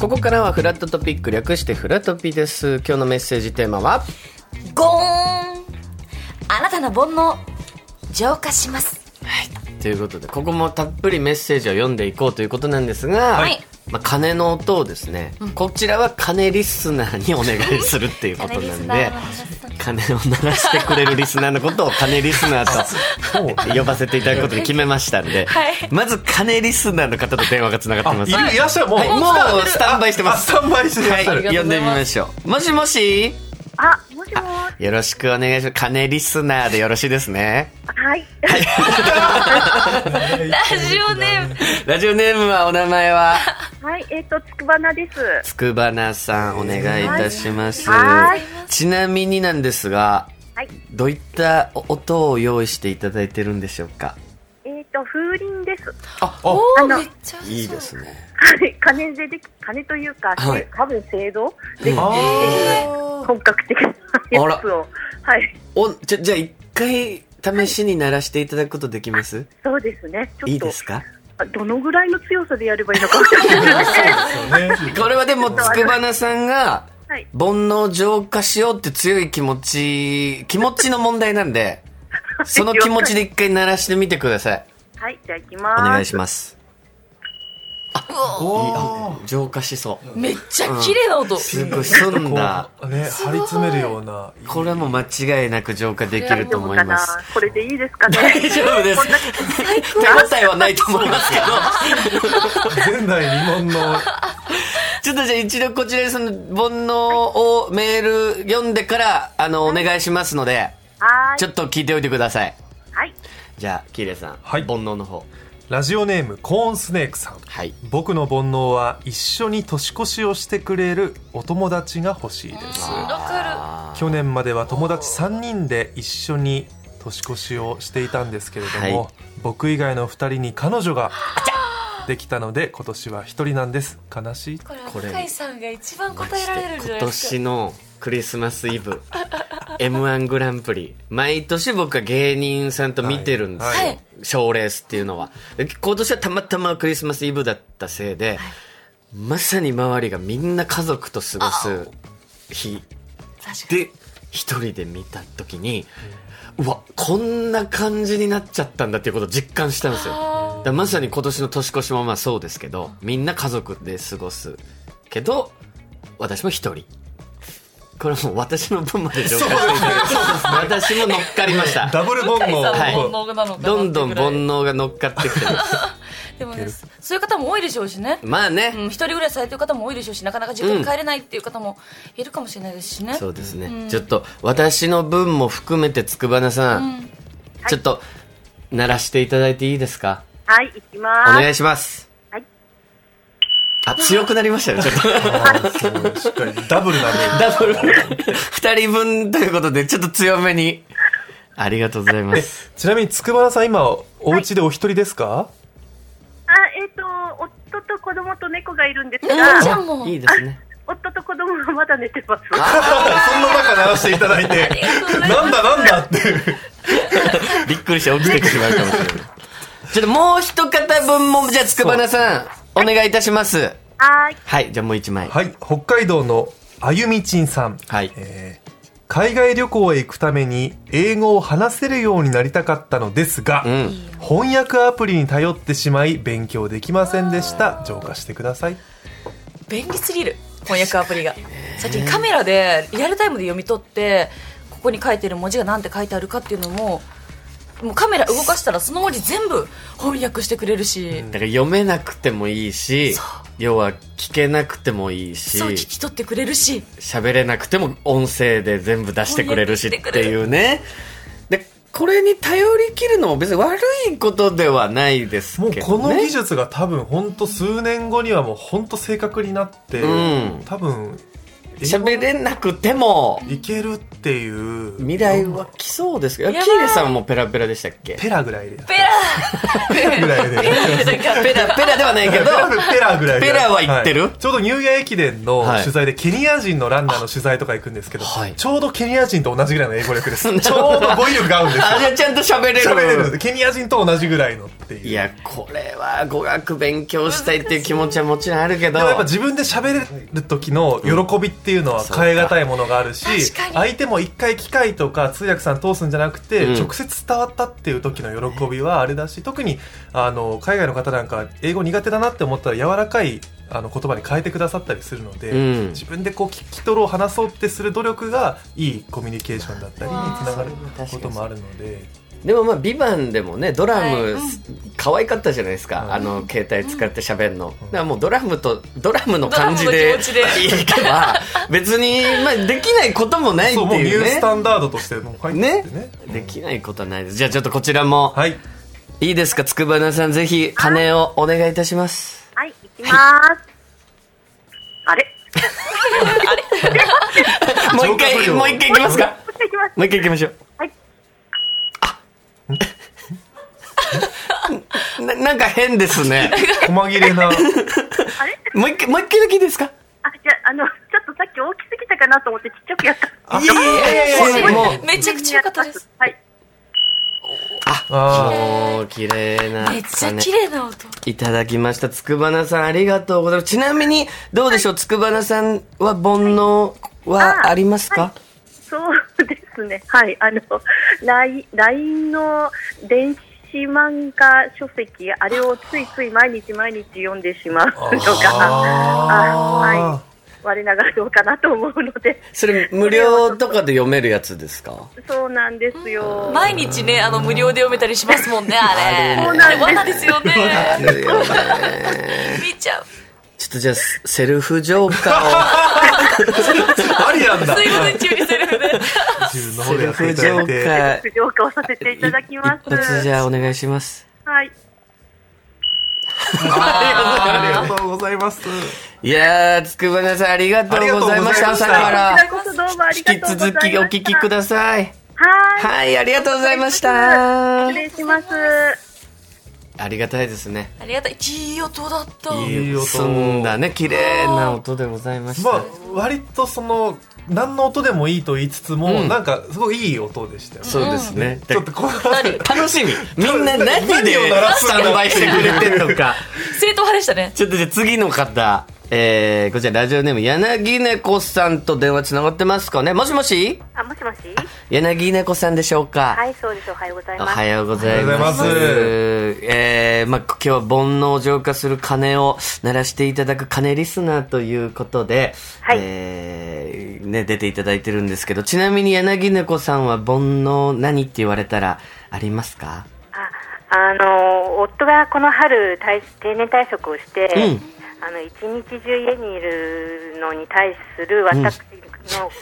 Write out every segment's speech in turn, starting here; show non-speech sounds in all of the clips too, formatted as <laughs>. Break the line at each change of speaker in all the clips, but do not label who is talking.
ここからはフラットトピック略してフラトピです今日のメッセージテーマは
ゴーンあなたの煩悩浄化します
ということでここもたっぷりメッセージを読んでいこうということなんですが、
はい
まあ、鐘の音をですね、こちらは鐘リスナーにお願いするっていうことなんで鐘を鳴らしてくれるリスナーのことを鐘リスナーと呼ばせていただくことに決めましたんで、
はい
まず鐘リスナーの方と電話がつながってます
いるいらっしゃるもう、
はい、もうスタンバイしてます
あスタンバイしてくだ
はい、
さる、
呼んでみましょうもしもし
あ、もしもーし。
よろしくお願いします鐘リスナーでよろしいですね
はい。
ラジオネーム
<laughs> ラジオネームはお名前は
はい、えっ、と、つくばなです。
<laughs> つくばなさんお願いいたします、
はい
ちなみになんですが
はい。
どういった音を用意していただいてるんでしょうか
えっ、と、風鈴です。
お
あ
お
の
めっちゃ美味
い
し
い
そう
ですね
はい。金ででき、金というか、
はい
多分製造できてる
あ
本格的な
あら
やつを。はい。
おじゃじゃあ一回試しに鳴らしていただくことできます
そうですね。ちょっと、
いいですか
あどのぐらいの強さでやればいいのかわかん
<laughs>
ない。
ーそうですよね
これはでもつくばなさんが
はい。
煩悩浄化しようって強い気持ち気持ちの問題なん <laughs> でその気持ちで一回鳴らしてみてください
はい、じゃあ行き
お
ます。
願いします
おー
浄化しそう
めっちゃ綺麗な音、
すごい澄んだ
こうね張り詰めるような
これはもう間違いなく浄化できると思いま
大丈
す
夫かなこれでいいですか
<laughs>
ね。
大丈夫です
こんな
手応えはないと思いますけど
前代未聞の
ちょっとじゃあ一度こちらにその煩悩をメール読んでからあのお願いしますので
は
ちょっと聞いておいてください
い。はい。
じゃあキーレさん、
はい
煩悩の方
ラジオネームコーンスネークさん
はい
僕の煩悩は一緒に年越しをしてくれるお友達が欲しいです
あ
去年までは友達3人で一緒に年越しをしていたんですけれども、
はい
僕以外の2人に彼女ができたので今年は1人なんです悲しい
これは
これ
深井さんが一番
マ
答
ジ
えられるんじ
で
ゃ
今
ないですか
年のクリスマスイブ <laughs> m 1グランプリ毎年僕は芸人さんと見てるんですよ、
はい
はい
賞レースっていうのはで今年はたまたまクリスマスイブだったせいで、まさに周りがみんな家族と過ごす日
確かに
で一人で見た時に、うわこんな感じになっちゃったんだっていうことを実感したんですよだ
あ
からまさに今年の年越しもまあそうですけどみんな家族で過ごすけど私も一人これもう私の分まで紹介していただいて私も乗っかりました
ダブルボン
ー深井
ゴ
さん
はい
煩悩なのかなってぐらい
どんどん煩悩が乗っかってきてます
でもねそういう方も多いでしょうしね
まあね、
うん、一人暮らしされてる方も多いでしょうしなかなか実家に帰れないっていう方もいるかもしれないですしね、
そうですね、ちょっと私の分も含めて筑花さん、ちょっと鳴らしていただいていいですか
はい、行きま
お
す。
願いします
はい
あ強くなりましたねちょっと <laughs>
しっかりダブルなんで
ダブル2人分ということでちょっと強めにありがとうございます
ちなみに筑波さん今お家でお一人ですか、
あ、えっ、と、夫と子供と猫がいるんで
う
す
んじ
が、
ゃあもう
いいですね
夫と子供はまだ寝てます。
そんな中鳴らしていただ <laughs> いてなんだなんだって
びっくりして起きてしまうかもしれないちょっともう一方分もじゃあ筑花さんお願いいたします
はーい。
はいじゃあもう一枚
<laughs> はい北海道のあゆみちんさん、
はい
えー海外旅行へ行くために英語を話せるようになりたかったのですが、
うん
翻訳アプリに頼ってしまい勉強できませんでした浄化してください
便利すぎる翻訳アプリが最近カメラでリアルタイムで読み取ってここに書いてる文字が何て書いてあるかっていうのももうカメラ動かしたらその文字全部翻訳してくれるし、
だから読めなくてもいいし要は聞けなくてもいいし
そう聞き取ってくれる
<laughs>
し
喋れなくても音声で全部出してくれるしっていうねでこれに頼り切るのも別に悪いことではないです
もう
けど、
こ
ね、
の技術が多分ほんと数年後にはもうほんと正確になって、
うん
多分
喋れなくても
いけるっていう
未来は来そうですけど
いや
キーレさんもペラペラでしたっけ
ペラぐらいでペ
ペラ
ラぐらいで
<laughs> ペラペラではないけど
ペラぐらいで
ペラは行ってる
いちょうどニューイヤー駅伝の
はい
取材でケニア人のランナーの取材とか行くんですけど、
はい
ちょうどケニア人と同じぐらいの英語力です
<laughs>
ちょうど語彙力が合うんですよ
あじゃあちゃんと喋れる
喋れるケニア人と同じぐらいのっていう
いやこれは語学勉強したいっていう気持ちはもちろんあるけど
でもやっぱ自分で喋れる時の喜びっていうのは変え難いものがあるし、
確かに
相手も一回機械とか通訳さん通すんじゃなくて、
うん
直接伝わったっていう時の喜びはあれだし特にあの海外の方なんか英語苦手だなって思ったら柔らかいあの言葉に変えてくださったりするので、
うん
自分でこう聞き取ろう話そうってする努力がいいコミュニケーションだったりにつながることもあるので。
でもまあ「ビバンでもねドラ
はい
ム、
うん
可愛かったじゃないですか、
うん
あの携帯使って喋るの、
ん
だからもうドラムとドラムの感じで
ドラムの気持ちで
いけば別に、まあ、できないこともないって
そうもうニ
い
ュ
う
ース
ね
タンダードとしてもう入っててね
できないことはないですじゃあちょっとこちらも、
はい
い、いですか筑花さんぜひ鐘をお願いいたします
はい、行きます。あれ
もう一
浄化
回
不良
もう一回いきますか
もう一回行きます。
もう一回いきましょう
はい。
<laughs> な <laughs> なんか変ですね
細切れな
あれ
もう一回もう一回だけいいですか
あ、じゃあ、あの、ちょっとさっき大きすぎたかなと思ってちっちゃくやった。
あ
いやいやいやいやもう
めちゃくちゃ良かったです。
はい。
あー
<laughs> もう綺麗な
めっちゃ
鐘
綺麗な音
いただきました。つくばなさん、ありがとうございます。ちなみに、どうでしょう、つくばなさんは煩悩はありますか、
そうですね。はい。あの、LINE LINE の電子漫画書籍、あれをついつい毎日毎日読んでしまうのが、
あ
はい。我ながらどうかなと思うので、
それ、無料とかで読めるやつですか
そうなんですよ。
毎日ねあの無料で読めたりしますもんね <laughs> あれ
あれね
あれ罠ですよね
ち
見ちゃう
ょっとじゃあ、セルフジョーカ
ありなんだ
水分中にセルフで
自分
ーを、
の <laughs> 方で
セ
や
ルフジョ
っていただいて
ーカー、
浄化をさせていただきま
一発
す。
じゃあお願いします。
はい。
ありがとうございます。
いやー、つくばなさん、ありがとうございました。
ありがとう
朝か
こ
ございました
ちら
ら。
こそどうもありがと
引
う
き
ございま
続
した。
きお聞きください。
はい。
はい、ありがとうございました
失。礼します。
ありがたいですね。
ありがたいいい音だった
いい音
澄んだね、綺麗な音でございました。
まあ、割とその、何の音でもいいと言いつつも、
うん
なんか、すごいいい音でしたよね。
そうですね。
ちょっとこの後、
<laughs> 楽しみ。みんな何で
何を鳴らす
ス
んだ
タンバイしてくれてるのか。
正統派でしたね
ちょっとじゃあ次の方。えー、こちらラジオネーム、柳猫さんと電話つながってますかねもしもし
あ、もしもし。
柳猫さんでしょうか
はい、そうです。おはようござい
お
ます。
はようございます。
おはようございます
えー、まあ、今日は煩悩を浄化する鐘を鳴らしていただく鐘リスナーということで、
はい
えー、ね、出ていただいてるんですけど、ちなみに柳猫さんは煩悩何って言われたらありますか
ああの、夫がこの春、退定年退職をして、
うん
あの、一日中家にいるのに対する私の、こ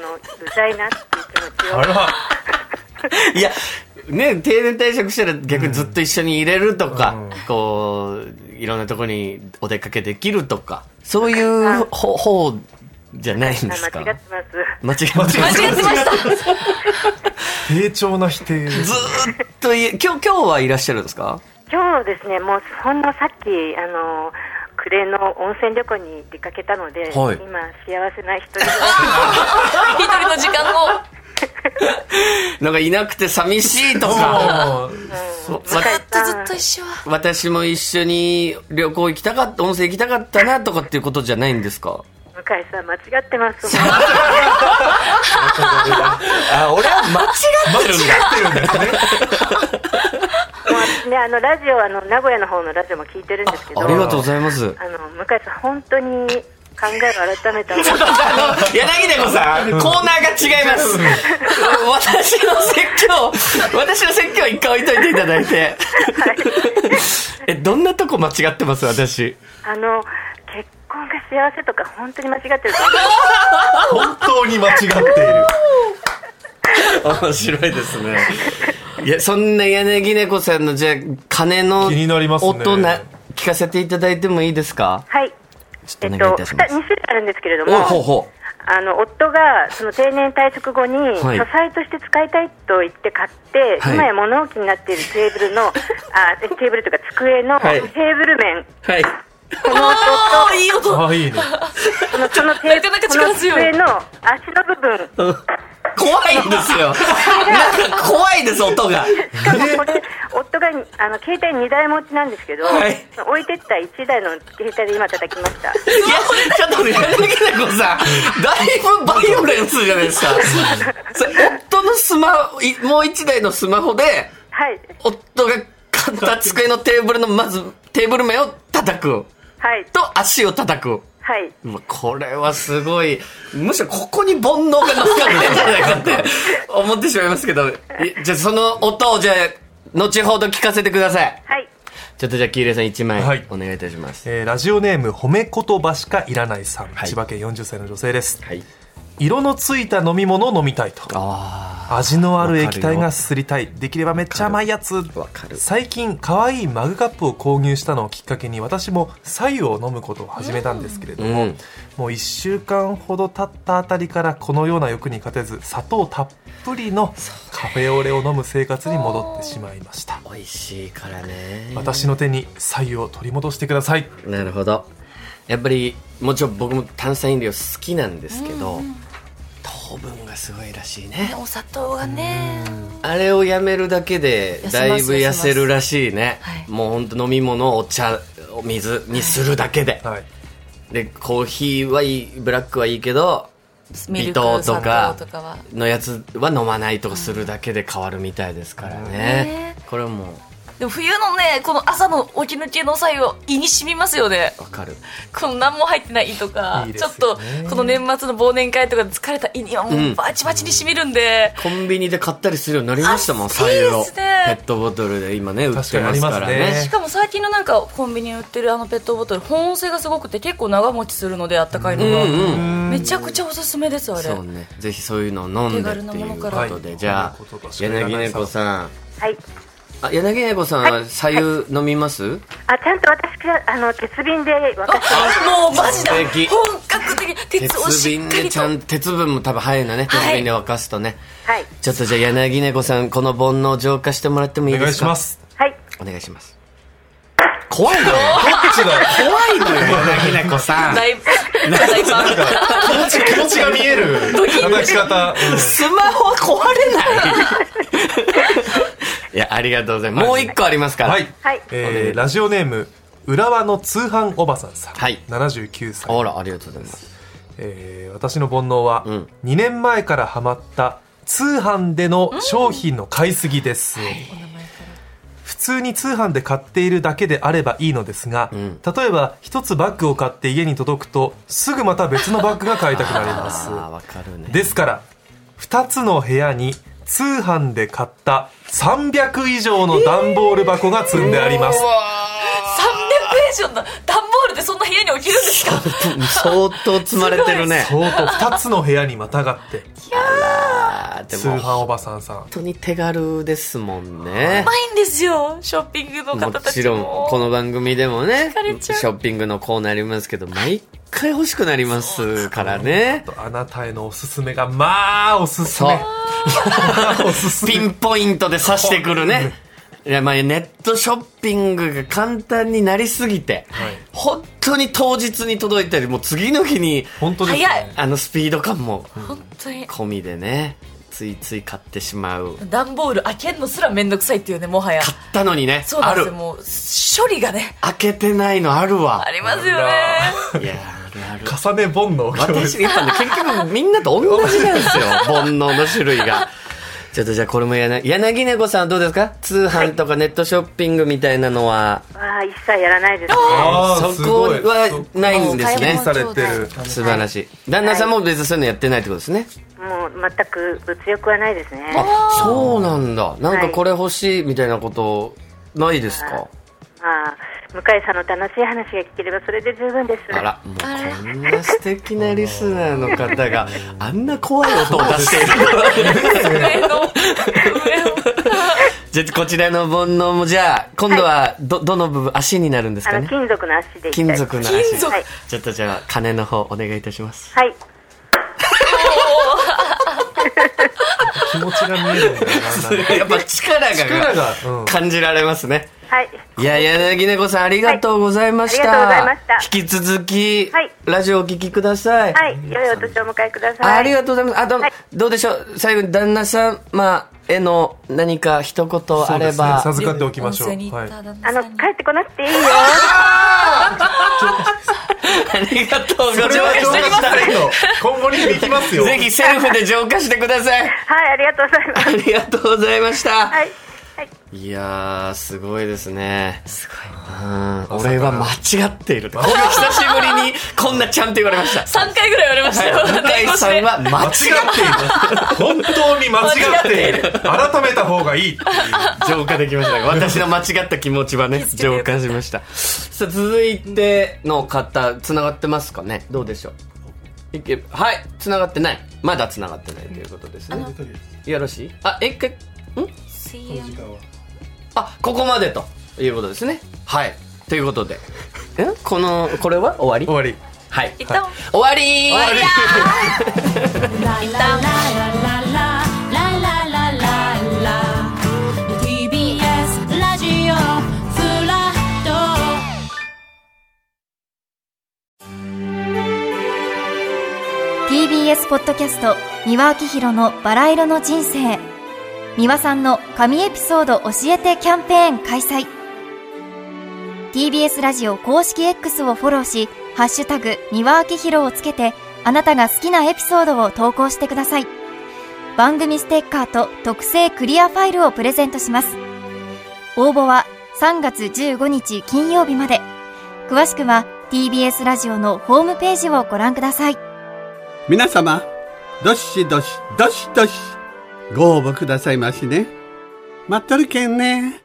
の、うざいなっていう気持ちを、
あら、
いや、ね、定年退職したら逆にずっと一緒にいれるとか、
うん
こう、いろんなとこにお出かけできるとか、そういうほ方じゃないんです
あ
か
間違ってま
間
す。
違ってます
間違ってました
丁重な否定。
ずーっとい、今日、今日はいらっしゃるんですか
今日ですね、もうほんのさっき、あの、暮れの温泉旅行に出かけたので、
はい
今、幸せな一人で
一人の時間を
なんかいなくて寂しいと <laughs> か、
もう
そう
向
ず
わ
井さ
っ
ん
とずっと一緒は
私も一緒に旅行行きたかった、温泉行きたかったなとかっていうことじゃないんですか
向井さん間違ってます。
あ、俺は間
間
違
違ってるんですね。
もう私ね、あのラジオあの名古屋の方のラジオも聞いてるんですけ
<laughs>
ど、
ありがとうございます。
あの向井さん本当に考えを改め
<laughs>
た。
あの、柳猫さん、コーナーが違います。私の説教、私の説教一回置いといていただいて。え、どんなとこ間違ってます私。
あの結婚が幸せとか本当に間違ってると思う。
本当に間違っている。
<laughs> 面白いですね。いや、そんな柳猫さんの、じゃあ、鐘の
気になりますね
音な、聞かせていただいてもいいですか
はい。
ちょ
え
っと
っ
お願いい
と
たし
二
ます。
種類あるんですけれど
お
も、
ほうほ
あの夫がその定年退職後に書
はい
斎として使いたいと言って買って、
はい
今や物置になっているテーブ
<laughs>
ルのあテーブルというか机の
は
テ
い
ーブル面
はい。
この
<laughs>
音
ああいい音
ああいいね
そのそのテ
なん
ー
かなんか
こ
力
の
強い
机の足の部分
怖いんですよ。 <laughs> なんか怖いです、音が。
しかもこれ夫があの携帯2台持ちなんですけど、
はい
置いてった1台の携帯で今叩きました
いや、ちょっと待って、柳田君さん、だいぶバイオレンスじゃない <laughs> ですか。それ夫のスマホ、いもう一台のスマホで、
はい
夫が買った机のテーブルの、まず、テーブル面を叩く。
はい
と、足を叩く。
はいう
わこれはすごい、むしろここに煩悩が乗っかってるんじゃないかって <laughs> 思ってしまいますけど、いじゃあその音をじゃあ、後ほど聞かせてください。
はい
ちょっとじゃあ、キーレイさん1
は
枚
い
お願いいたします。
えーラジオネーム褒め言葉しかいらないさん、
はい
千葉県40歳の女性です
はい。
色のついた飲み物を飲みたいと
あ
味のある液体がすすりたいできればめっちゃ甘いやつ
わかる
最近可愛いマグカップを購入したのをきっかけに私も白湯を飲むことを始めたんですけれど
ー。う
も、
ん。
もう1週間ほど経ったあたりからこのような欲に勝てず砂糖たっぷりのカフェオレを飲む生活に戻ってしまいました
美味しいからね。
私の手に白湯を取り戻してください
なるほどやっぱりもちろん僕も炭酸飲料好きなんですけど、糖分がすごいらしいね
お砂糖がね
あれをやめるだけ
痩
で
せます
だいぶ痩せるらしいね
はい
もうほんと飲み物お茶お水にするだけで、
はい
でコーヒーはいいブラックはいいけど
ミ
微
ルク
糖と
砂
か
糖とかは
のやつは飲まないとかするだけで変わるみたいですからね、これはも
でも冬のねこの朝の起き抜けの際は胃に染みますよね
うわかる
この何も入ってない胃とか
いいで
ち
す
ょ
よ
っ
ね
とこの年末の忘年会とかで疲れた胃にはもううんバチバチに染みるんで、
コンビニで買ったりするようになりましたもん
あ
左右
いい
を
です
ペ
ね
ットボトルで今ね売ってますから
確かにありますね
ね
しかも最近のなんかコンビニに売ってるあのペットボトル保温性がすごくて結構長持ちするのであったかいのが、
ん
めちゃくちゃおすすめですあれ
そうねぜひそういうのを飲んでっていうこ
手軽なも
と
のか
で
ら
じゃあ
はい
柳猫さん
はい
あ柳猫さんは左右飲みます
あちゃんと私があの鉄瓶で沸かして
あもうマジだ
素敵
本格的鉄を
鉄
しっ
瓶
か
で
り
ちゃ
と
ん鉄分も多分早いのね
はい
鉄瓶で沸かすとね
はい
ちょっとじゃあ柳猫さんこの煩悩浄化してもらってもい
お
いで
願い
す
し
か
ます
はい
お願いします怖いのよ怖いのよ柳猫さん
大大パン
気持ち気持ちが見える働き方、
スマホ壊れないいやありがとうございますもう一個ありますから
はい、
はい
えーラジオネーム浦和の通販おばさんさん、
はい
79歳
あらありがとうございます
えー私の煩悩は、
ん
2年前からハマった通販での商品の買いすぎです、普通に通販で買っているだけであればいいのですが、
ん
例えば一つバッグを買って家に届くとすぐまた別のバッグが買いたくなりま
あ
す
ーわかるね
ですから2つの部屋に通販で買った300以上の段ボール箱が積んであります、
300以上の段ボールってそんな部屋に置けるんですか
相当積まれてるね。
相当2つの部屋にまたがって
あーで
通
も本
販おばさんさん
当に手軽ですもんね
う。まいんですよショッピングの
も
方た
ち
ち
ろ
も
ん、この番組でもね
疲れ、
シ
ちゃう
ョッピングのコーナーありますけど、毎回欲しくなりますからね。
あなたへのおすすめがまあおすすめおすす
ピ
め
ンポイントで刺してくるね。いや、まあ、ネットショッピングが簡単になりすぎて、
はい
本当に当日に届いたり、もう次の日に、
本当ですね
早い
あのスピード感も
本当に
込みでね、ついつい買ってしまう。
段ボール開けるのすら面倒くさいっていうねもはや
買ったのにね、
そうな
あ
んです
る
よ。もう処理がね
開けてないのあるわ
あ。りますよね
いや、あるある。
重ね煩悩
私、やっぱね、結局みんなと同じなんですよ。煩悩の種類が。ちょっとじゃあこれも柳、柳猫さんはどうですか通販とかネットショッピングみたいなのは、
わあ一切やらないですね
あー
そこ
すごいそ
は
こ
ないんです
買い
ね
物。
されてる
素晴らしい。旦那さんも別にそういうのやってないってことですね。
もう全く物欲はないですね
あ、そうなんだ。なんかこれ欲しいみたいなこと、ないですか
まあ向井さんの楽しい話が聞ければそれで十分です
あら、もうこんな素敵なリスナーの方があんな怖い音を出している。
上の
じゃあこちらの煩悩もじゃあ今度はど,、どの部分足になるんです
あ
か
の
ね
金属の足でいきたい
金属の足
金属
はい
ちょっとじゃあ鐘の方お願いいたします
はい
気持ちが見えるんだよななん
<laughs>
か
やっぱ力
力
が
が、うん、
感じられますね。
はい。
いや、柳猫さんありがとうございました。
はいありがとうございました
引き続き、
はい
ラジオお聞きください。
はい。良いお年をお迎えください。
ありがとうございます。あと、
はい
どうでしょう最後に旦那さん、まあ、への何か一言
そ
あ
うで
れ
すね
ば。
授かっておきましょう
温泉に行
は
っ
い
た旦那
あ
さ
の、
んに
帰ってこなくていいよ。
ありがとうござい
これは
ま
浄化し
した
いの今後に響きますよ
ぜひセルフで浄化してくだ
<laughs>
さい。
はい、ありがとうございま
あ
す。
りがとうございました。
はい。はい。
いやー、すごいですね。すごい。うん、
から
俺は間違っている。これ久しぶりにこんなちゃんって言われました。
3回ぐらい言われました <laughs> よ、
はい向井さんは <laughs> 間
間違
違
っている本当に間違っている改めた方がいいっていう
浄化できました。私の間違った気持ちはね、浄化しました。さあ、続いての方、つながってますかねどうでしょういけはい、つながってない。まだつながってないということですね。よろしいあ、え、け、んあ、ここまでということですね。はい。という <laughs> ことで。えこの、これは終わり
終わり
はい。
一旦
終わ
終
り
わり
一旦 TBS ラジオフラット
「TBS ポッドキャスト三輪明宏のバラ色の人生」三輪さんの神エピソード教えてキャンペーン開催 TBS ラジオ公式 X をフォローし「ハッシュタグ三輪明宏」をつけてあなたが好きなエピソードを投稿してください番組ステッカーと特製クリアファイルをプレゼントします応募は3月15日金曜日まで詳しくは TBS ラジオのホームページをご覧ください
皆様どしどしどしどしご応募くださいましね待っとるけんね